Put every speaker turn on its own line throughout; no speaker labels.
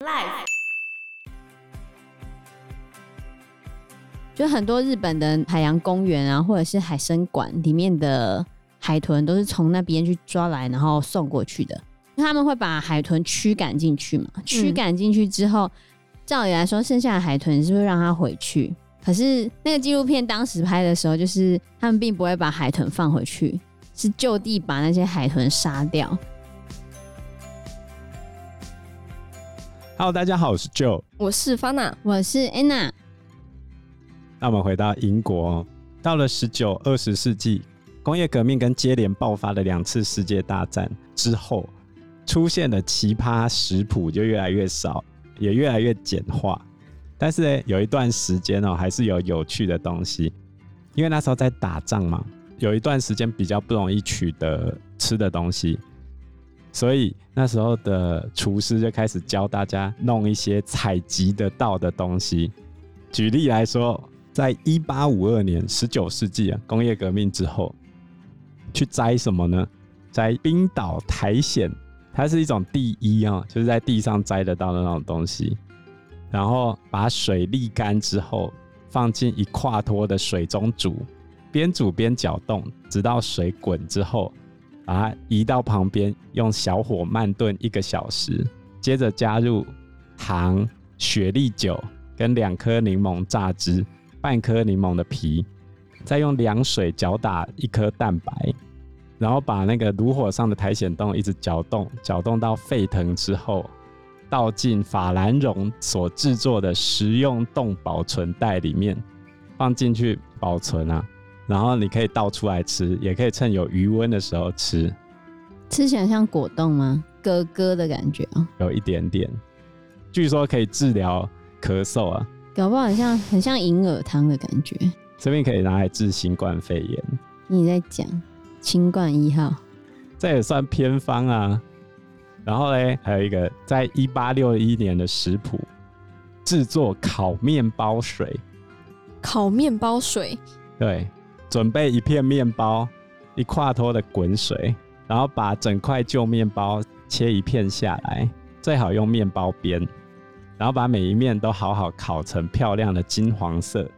Life
就很多日本的海洋公园啊，或者是海参馆里面的海豚，都是从那边去抓来，然后送过去的。因为他们会把海豚驱赶进去嘛，驱赶进去之后，照理来说，剩下的海豚是不是让它回去？可是那个纪录片当时拍的时候，就是他们并不会把海豚放回去，是就地把那些海豚杀掉。
Hello，大家好，我是 Joe。
我是方娜，
我是哎 Anna，
那我们回到英国哦，到了十九、二十世纪，工业革命跟接连爆发的两次世界大战之后，出现的奇葩食谱就越来越少，也越来越简化。但是呢，有一段时间哦，还是有有趣的东西，因为那时候在打仗嘛，有一段时间比较不容易取得吃的东西，所以那时候的厨师就开始教大家弄一些采集得到的东西。举例来说，在一八五二年，十九世纪啊，工业革命之后，去摘什么呢？摘冰岛苔藓，它是一种地衣啊，就是在地上摘得到的那种东西。然后把水沥干之后，放进一跨脱的水中煮，边煮边搅动，直到水滚之后，把它移到旁边，用小火慢炖一个小时，接着加入糖、雪莉酒跟两颗柠檬榨汁，半颗柠檬的皮，再用凉水搅打一颗蛋白，然后把那个炉火上的苔藓冻一直搅动，搅动到沸腾之后，倒进法兰绒所制作的食用冻保存袋里面，放进去保存啊。然后你可以倒出来吃，也可以趁有余温的时候吃，
吃起来像果冻吗？咯咯的感觉啊，
有一点点。据说可以治疗咳嗽啊，
搞不好很像很像银耳汤的感觉。
顺便可以拿来治新冠肺炎。
你在讲清冠一号，
这也算偏方啊。然后嘞，还有一个，在一八六一年的食谱制作烤面包水，
烤面包水，
对，准备一片面包，一跨脱的滚水，然后把整块旧面包切一片下来，最好用面包边，然后把每一面都好好烤成漂亮的金黄色，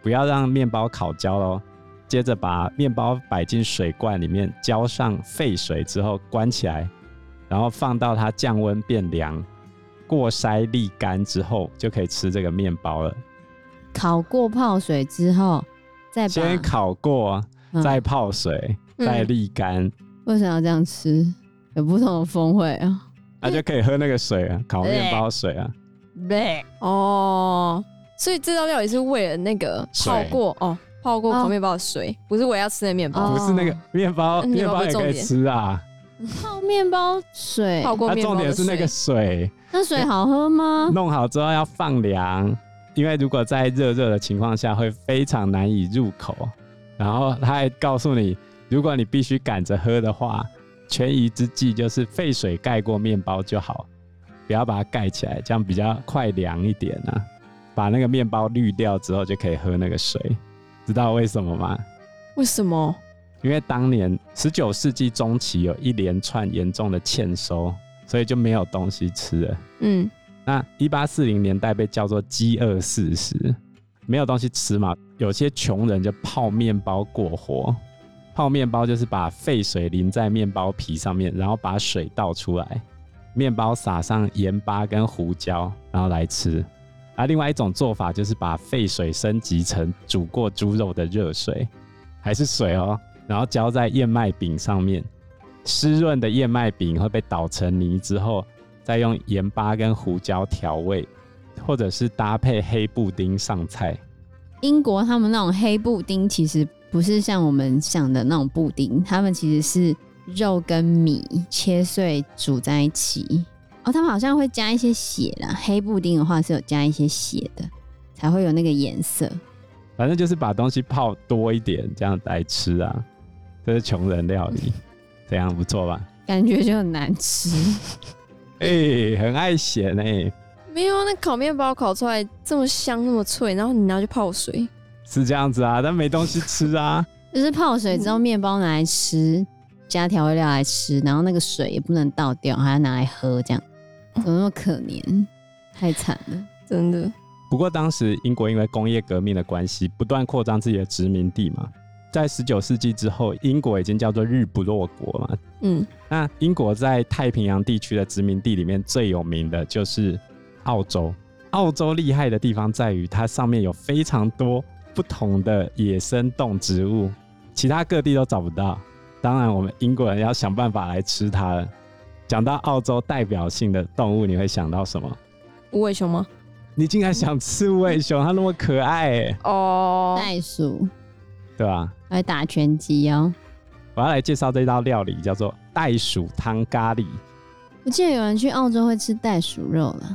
不要让面包烤焦喽。接着把面包摆进水罐里面，浇上沸水之后关起来，然后放到它降温变凉，过筛沥干之后就可以吃这个面包了。
烤过泡水之后，再把
先烤过，
嗯
再泡水，
嗯
再沥干，
为什么要这样吃？有不同的风味啊。
那、就可以喝那个水啊，烤面包水啊。
对，
哦，所以这道料理是为了那个
水
泡过哦，泡过
哦
烤面包的水，不是我要吃的面包，
哦
不是那个面包，
嗯面
面
包
包也可以吃啊。
泡面包水，
泡过
它
面包
哎啊重
的
点是那
水
个水，
那水好喝吗？
弄好之后要放凉，因为如果在热热的情况下会非常难以入口。然后他还告诉你，如果你必须赶着喝的话，权宜之计就是沸水盖过面包就好，不要把它盖起来，这样比较快凉一点啊。把那个面包滤掉之后就可以喝那个水，知道为什么吗？
为什么？
因为当年十九世纪中期有一连串严重的欠收，所以就没有东西吃了。
嗯，
那一八四零年代被叫做饥饿四十，没有东西吃嘛，有些穷人就泡面包过活。泡面包就是把沸水淋在面包皮上面，然后把水倒出来，面包撒上盐巴跟胡椒，然后来吃。而另外一种做法就是把沸水升级成煮过猪肉的热水，还是水哦，然后浇在燕麦饼上面。湿润的燕麦饼会被捣成泥之后，再用盐巴跟胡椒调味，或者是搭配黑布丁上菜。
英国他们那种黑布丁其实不是像我们想的那种布丁，他们其实是肉跟米切碎煮在一起。哦，他们好像会加一些血啦，黑布丁的话是有加一些血的，才会有那个颜色。
反正就是把东西泡多一点，这样来吃啊。这是穷人料理， 怎样不错吧？
感觉就很难吃。
哎、很爱咸哎、
没有啊，那烤面包烤出来这么香，那么脆，然后你拿去泡水，
是这样子啊，但没东西吃啊。
就是泡水之后，
嗯
面包拿来吃，加调味料来吃，然后那个水也不能倒掉，还要拿来喝，这样怎么那么可怜？太惨了。
真的。
不过当时英国因为工业革命的关系，不断扩张自己的殖民地嘛。在十九世纪之后，英国已经叫做日不落国嘛。
嗯，
那英国在太平洋地区的殖民地里面最有名的就是澳洲。澳洲厉害的地方在于它上面有非常多不同的野生动植物，其他各地都找不到。当然，我们英国人要想办法来吃它了。讲到澳洲代表性的动物，你会想到什么？
无尾熊吗？
你竟然想刺猬熊，它那么可爱、欸，
哦，
袋鼠
对吧、
还会打拳击哦。
我要来介绍这道料理，叫做袋鼠汤咖喱。
我记得有人去澳洲会吃袋鼠肉了，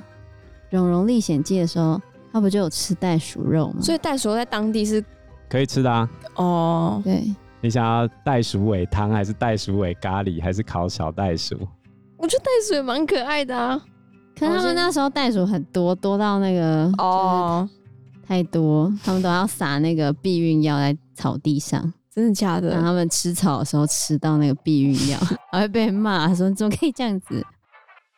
《蓉蓉历险记》的时候，他不就有吃袋鼠肉吗？
所以袋鼠在当地是
可以吃的啊。
哦，
对，
你想要袋鼠尾汤，还是袋鼠尾咖喱，还是烤小袋鼠？
我觉得袋鼠也蛮可爱的啊。
可是他们那时候袋鼠很多，多到那个哦
哦，
太多，他们都要撒那个避孕药在草地上，
真的假
让
的？
他们吃草的时候吃到那个避孕药，还会被骂说怎么可以这样子。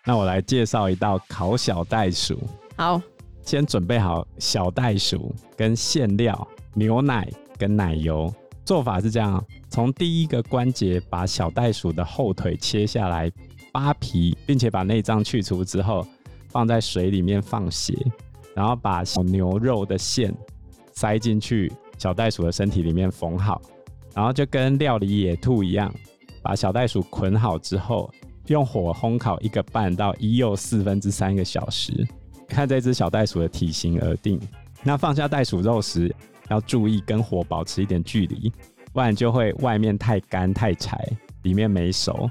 那我来介绍一道烤小袋鼠。
好，
先准备好小袋鼠跟馅料、牛奶跟奶油。做法是这样：从第一个关节把小袋鼠的后腿切下来，扒皮，并且把内脏去除之后，放在水里面放血，然后把小牛肉的馅塞进去小袋鼠的身体里面缝好，然后就跟料理野兔一样，把小袋鼠捆好之后，用火烘烤一个半到一又四分之三个小时。看这只小袋鼠的体型而定。那放下袋鼠肉时，要注意跟火保持一点距离，不然就会外面太干太柴，里面没熟。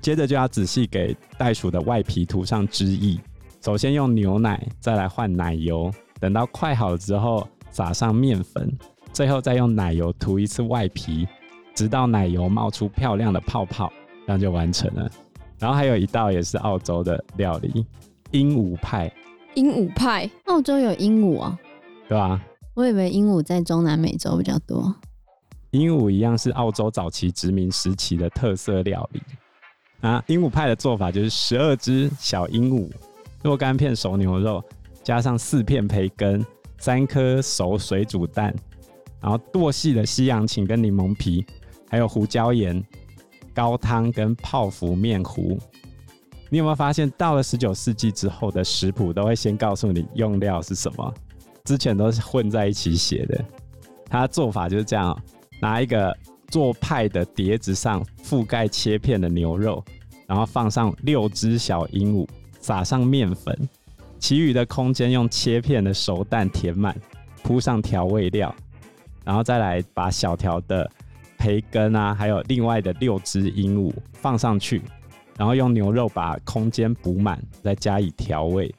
接着就要仔细给袋鼠的外皮涂上汁液，首先用牛奶，再来换奶油，等到快好了之后撒上面粉，最后再用奶油涂一次外皮，直到奶油冒出漂亮的泡泡，这样就完成了。然后还有一道也是澳洲的料理——鹦鹉派，
鹦鹉派
澳洲有鹦鹉哦，
对吧、
我以为鹦鹉在中南美洲比较多。
鹦鹉一样是澳洲早期殖民时期的特色料理。啊，鹦鹉派的做法就是十二只小鹦鹉，若干片熟牛肉，加上四片培根，三颗熟水煮蛋，然后剁细的西洋芹跟柠檬皮，还有胡椒盐、高汤跟泡芙面糊。你有没有发现，到了十九世纪之后的食谱都会先告诉你用料是什么，之前都是混在一起写的。它的做法就是这样哦、拿一个做派的碟子上覆盖切片的牛肉，然后放上六只小鹦鹉，撒上面粉，其余的空间用切片的熟蛋填满，铺上调味料，然后再来把小条的培根啊，还有另外的六只鹦鹉放上去，然后用牛肉把空间补满，再加以调味，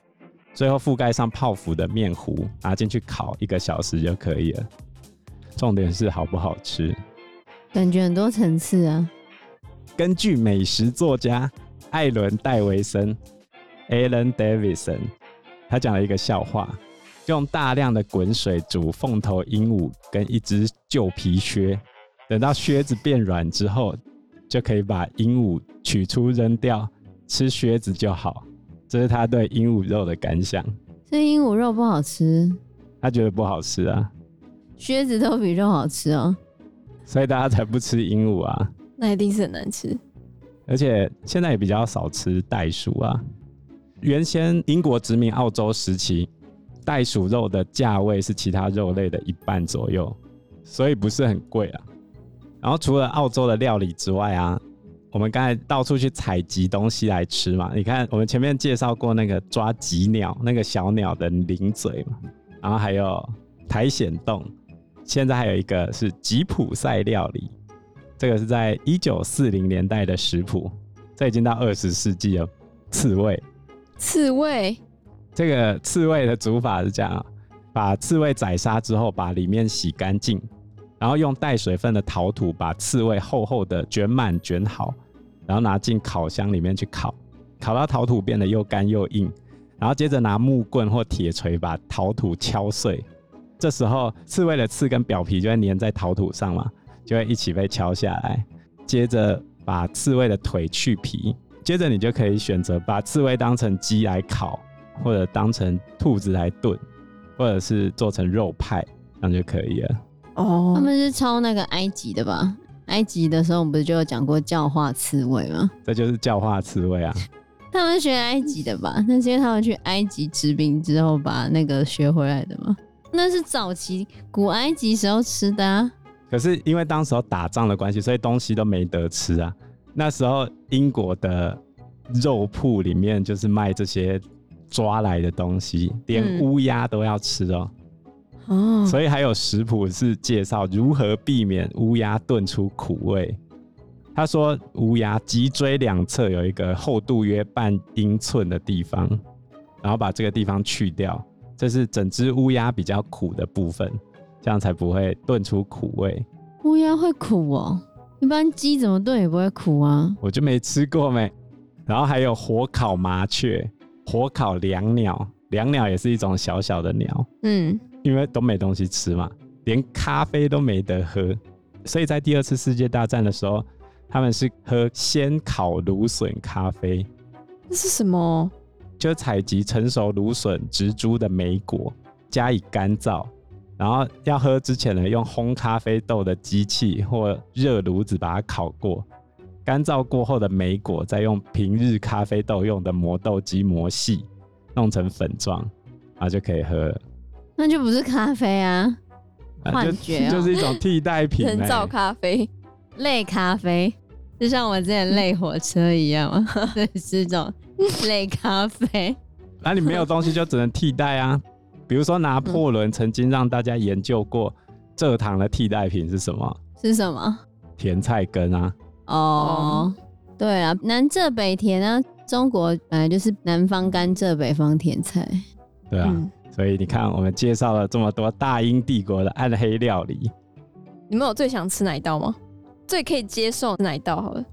最后覆盖上泡芙的面糊，拿进去烤一个小时就可以了。重点是好不好吃。
感觉很多层次啊，
根据美食作家艾伦·戴维森 （Alan Davidson），他讲了一个笑话：用大量的滚水煮凤头鹦鹉跟一只旧皮靴，等到靴子变软之后，就可以把鹦鹉取出扔掉，吃靴子就好。这是他对鹦鹉肉的感想。
所以鹦鹉肉不好吃，
他觉得不好吃啊，
靴子都比肉好吃哦。
所以大家才不吃鹦鹉啊。
那一定是很难吃。
而且现在也比较少吃袋鼠啊。原先英国殖民澳洲时期，袋鼠肉的价位是其他肉类的一半左右，所以不是很贵啊。然后除了澳洲的料理之外啊，我们刚才到处去采集东西来吃嘛。你看，我们前面介绍过那个抓吉鸟，那个小鸟的零嘴嘛，然后还有苔藓冻，现在还有一个是吉普赛料理，这个是在一九四零年代的食谱，这已经到二十世纪了。刺猬，
刺猬
这个刺猬的煮法是这样啊：把刺猬宰杀之后，把里面洗干净，然后用带水分的陶土把刺猬厚厚的卷满卷好，然后拿进烤箱里面去烤，烤到陶土变得又干又硬，然后接着拿木棍或铁锤把陶土敲碎。这时候，刺猬的刺跟表皮就会粘在陶土上嘛，就会一起被敲下来。接着把刺猬的腿去皮，接着你就可以选择把刺猬当成鸡来烤，或者当成兔子来炖，或者是做成肉派，这样就可以了。
哦
他们是抄那个埃及的吧？埃及的时候，我们不是就有讲过教化刺猬吗？
这就是教化刺猬啊！
他们是学埃及的吧？那是因为他们去埃及治病之后把那个学回来的吗？那是早期古埃及时候吃的、啊。
可是因为当时候打仗的关系，所以东西都没得吃啊。那时候英国的肉铺里面就是卖这些抓来的东西，连
嗯
乌鸦都要吃哦。
哦，
所以还有食谱是介绍如何避免乌鸦炖出苦味。他说，乌鸦脊椎两侧有一个厚度约半英寸的地方，然后把这个地方去掉，这是整只乌鸦比较苦的部分，这样才不会炖出苦味。
乌鸦会苦哦，一般鸡怎么炖也不会苦啊。
我就没吃过没。然后还有火烤麻雀、火烤椋鸟，椋鸟也是一种小小的鸟。
嗯，
因为都没东西吃嘛，连咖啡都没得喝，所以在第二次世界大战的时候，他们是喝鲜烤芦笋咖啡，
这是什么？
就采集成熟芦笋、植株的莓果，加以干燥，然后要喝之前呢，用烘咖啡豆的机器或热炉子把它烤过。干燥过后的莓果，再用平日咖啡豆用的磨豆机磨细，弄成粉状，然后就可以喝了。
那就不是咖啡啊，
啊
幻
就
觉哦
就是一种替 代品、欸。
人造咖啡，
类咖啡，就像我之前类火车一样 嘛，对，是这种类咖啡。
那、啊你没有东西就只能替代 啊。比如说拿破仑
嗯
曾经让大家研究过蔗糖的替代品是什么，
是什么？
甜菜根啊。
哦，对啊，南蔗北甜啊，中国本来就是南方甘蔗，北方甜菜。
对啊，
嗯，
所以你看我们介绍了这么多大英帝国的暗黑料 理，
你们有最想吃哪一道吗？最可以接受哪一道？好了，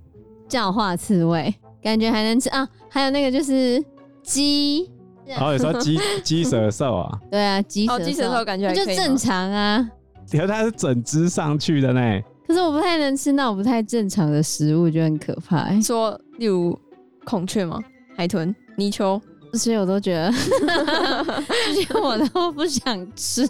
教化刺猬，感觉还能吃啊。还有那个就是鸡，
然后你说鸡鸡舌兽啊，
对啊，鸡
哦，鸡舌
舌
头感觉
那
还
就
可以吗
正常啊。
可是它是整只上去的呢，
可是我不太能吃那种不太正常的食物，就很可怕、欸
说，例如孔雀吗？海豚、泥鳅，
所以我都觉得这些我都不想吃，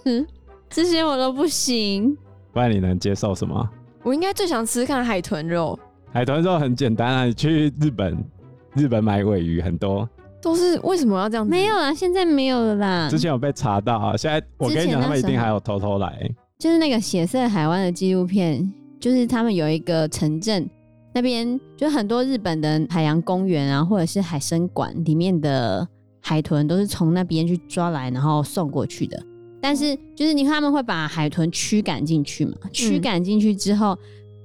这些我都不行。
不然你能接受什么？
我应该最想吃看海豚肉，
海豚肉很简单啊，你去日本，日本买尾鱼很多，
都是为什么要这样子？
没有啦，现在没有了啦
之。前有被查到啊，现在我跟你讲，他们一
嗯之前那时
定
候
还有偷偷来。
就是那个血色海湾的纪录片，就是他们有一个城镇，那边就很多日本的海洋公园啊，或者是海参馆里面的海豚都是从那边去抓来，然后送过去的。但是就是你看他们会把海豚驱赶进去嘛，驱赶进去之后，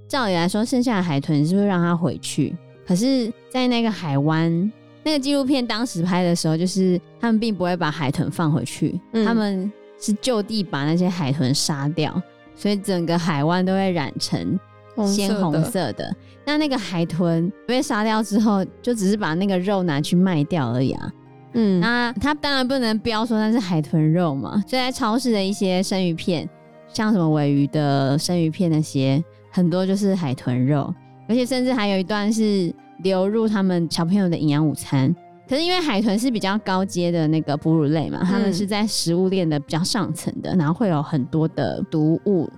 照理来说剩下的海豚是会让它回去，可是，在那个海湾。那个纪录片当时拍的时候，就是他们并不会把海豚放回去，
嗯
他们是就地把那些海豚杀掉，所以整个海湾都会染成
红色
鲜
的
红色的。那那个海豚被杀掉之后，就只是把那个肉拿去卖掉而已啊。
嗯，
那它当然不能标说那是海豚肉嘛，所以在超市的一些生鱼片，像什么尾鱼的生鱼片那些，很多就是海豚肉，而且甚至还有一段是流入他们小朋友的营养午餐。可是因为海豚是比较高阶的那个哺乳类嘛，
嗯
他们是在食物链的比较上层的，然后会有很多的毒物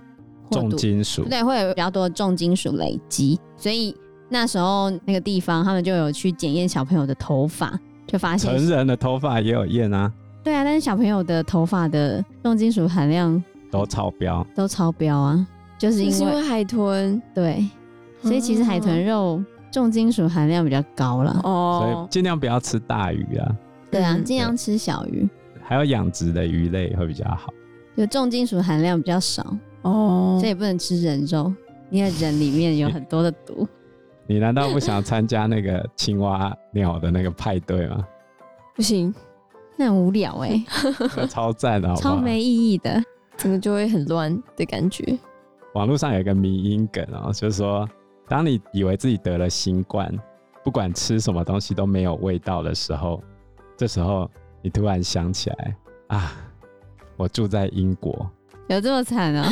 或
重
毒
金属，
对，会有比较多的重金属累积，所以那时候那个地方他们就有去检验小朋友的头发，就发现
成人的头发也有验啊，
对啊，但是小朋友的头发的重金属含量
都超标。
都超标啊，就是
就
因
是因
为
为海豚
对，所以其实海豚肉重金属含量比较高啦。
所
哦
以，尽量不要吃大鱼啊，
对啊，
嗯
尽量吃小鱼，
还有养殖的鱼类会比较好。
就重金属含量比较少，
哦
所以也不能吃人肉，因为人里面有很多的 毒。
你难道不想参加那个青蛙鸟的那个派对吗？
不行，
那很无聊哎、
那超赞的，好不
超
好？
没意义的。
整个就会很乱的感觉。
网络上有一个迷因梗哦，就是说，当你以为自己得了新冠，不管吃什么东西都没有味道的时候，这时候你突然想起来啊，我住在英国，
有这么 惨啊？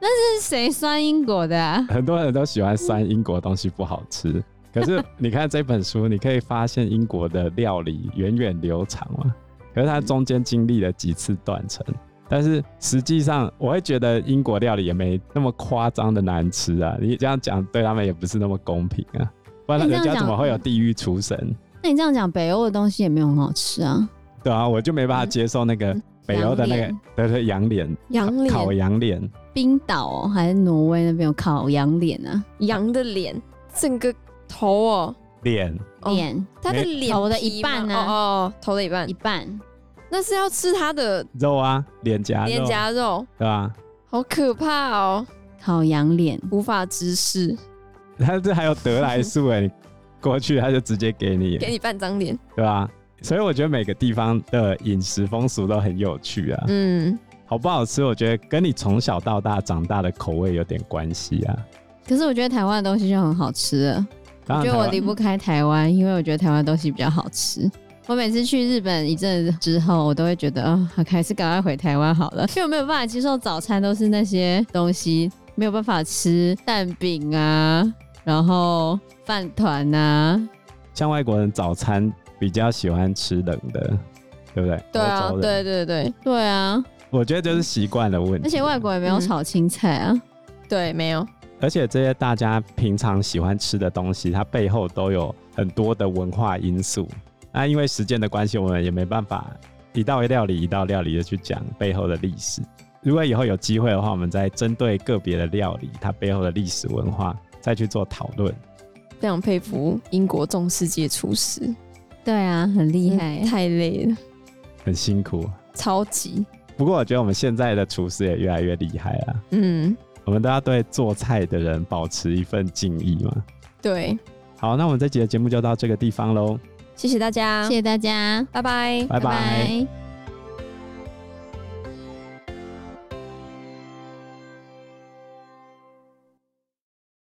那是谁酸因果的、啊？
很多人都喜欢酸英国东西不好吃，可是你看这本书，你可以发现英国的料理源远流长嘛，可是它中间经历了几次断层。但是实际上，我会觉得英国料理也没那么夸张的难吃啊。你这样讲对他们也不是那么公平啊，不然
那你
人
这样
家怎么
讲
会有地狱厨神？
那你这样讲，北欧的东西也没有很好吃啊。
对啊，我就没
嗯
办法接受那个北欧的那
羊
个
脸，
对对，羊脸，
羊脸
烤羊脸，
冰岛哦、还是挪威那边有烤羊脸啊，
羊的脸，整个头哦，
脸
哦
脸、
它的
没
脸
头的
皮
一半
吗
啊
哦哦，头的一半
一，半，
那是要吃它的
肉啊，脸颊
脸
肉，
颊肉，
对吧？
好可怕哦，
烤羊脸，
无法直视，
他这还有得来速哎，你过去他就直接给你，
给你半张脸，
对吧？所以我觉得每个地方的饮食风俗都很有趣啊，
嗯，
好不好吃，我觉得跟你从小到大长大的口味有点关系啊。
可是我觉得台湾的东西就很好吃了。
哦
当
我觉
然
得我
台湾
离不开台湾，因为我觉得台湾东西比较好吃。我每次去日本一阵子之后，我都会觉得啊、还是赶快回台湾好了，因为我没有办法接受早餐都是那些东西，没有办法吃蛋饼啊，然后饭团啊，
像外国人早餐比较喜欢吃冷的，对不对？
对啊
欧，洲人，
对对对
对啊，
我觉得就是习惯的问题。
而且外国也没有
嗯
炒青菜啊，
对，没有，
而且这些大家平常喜欢吃的东西，它背后都有很多的文化因素。那因为时间的关系，我们也没办法一道料理一道料理的去讲背后的历史。如果以后有机会的话，我们再针对个别的料理它背后的历史文化再去做讨论。
非常佩服英国众世界厨师，
对啊，很厉
嗯
害。
太累了，
很辛苦，
超级，
不过我觉得我们现在的厨师也越来越厉害了。
嗯，
我们都要对做菜的人保持一份敬意嘛。
对，
好，那我们这集的节目就到这个地方喽，
谢谢大家，
谢谢大家，
拜拜。
拜拜
拜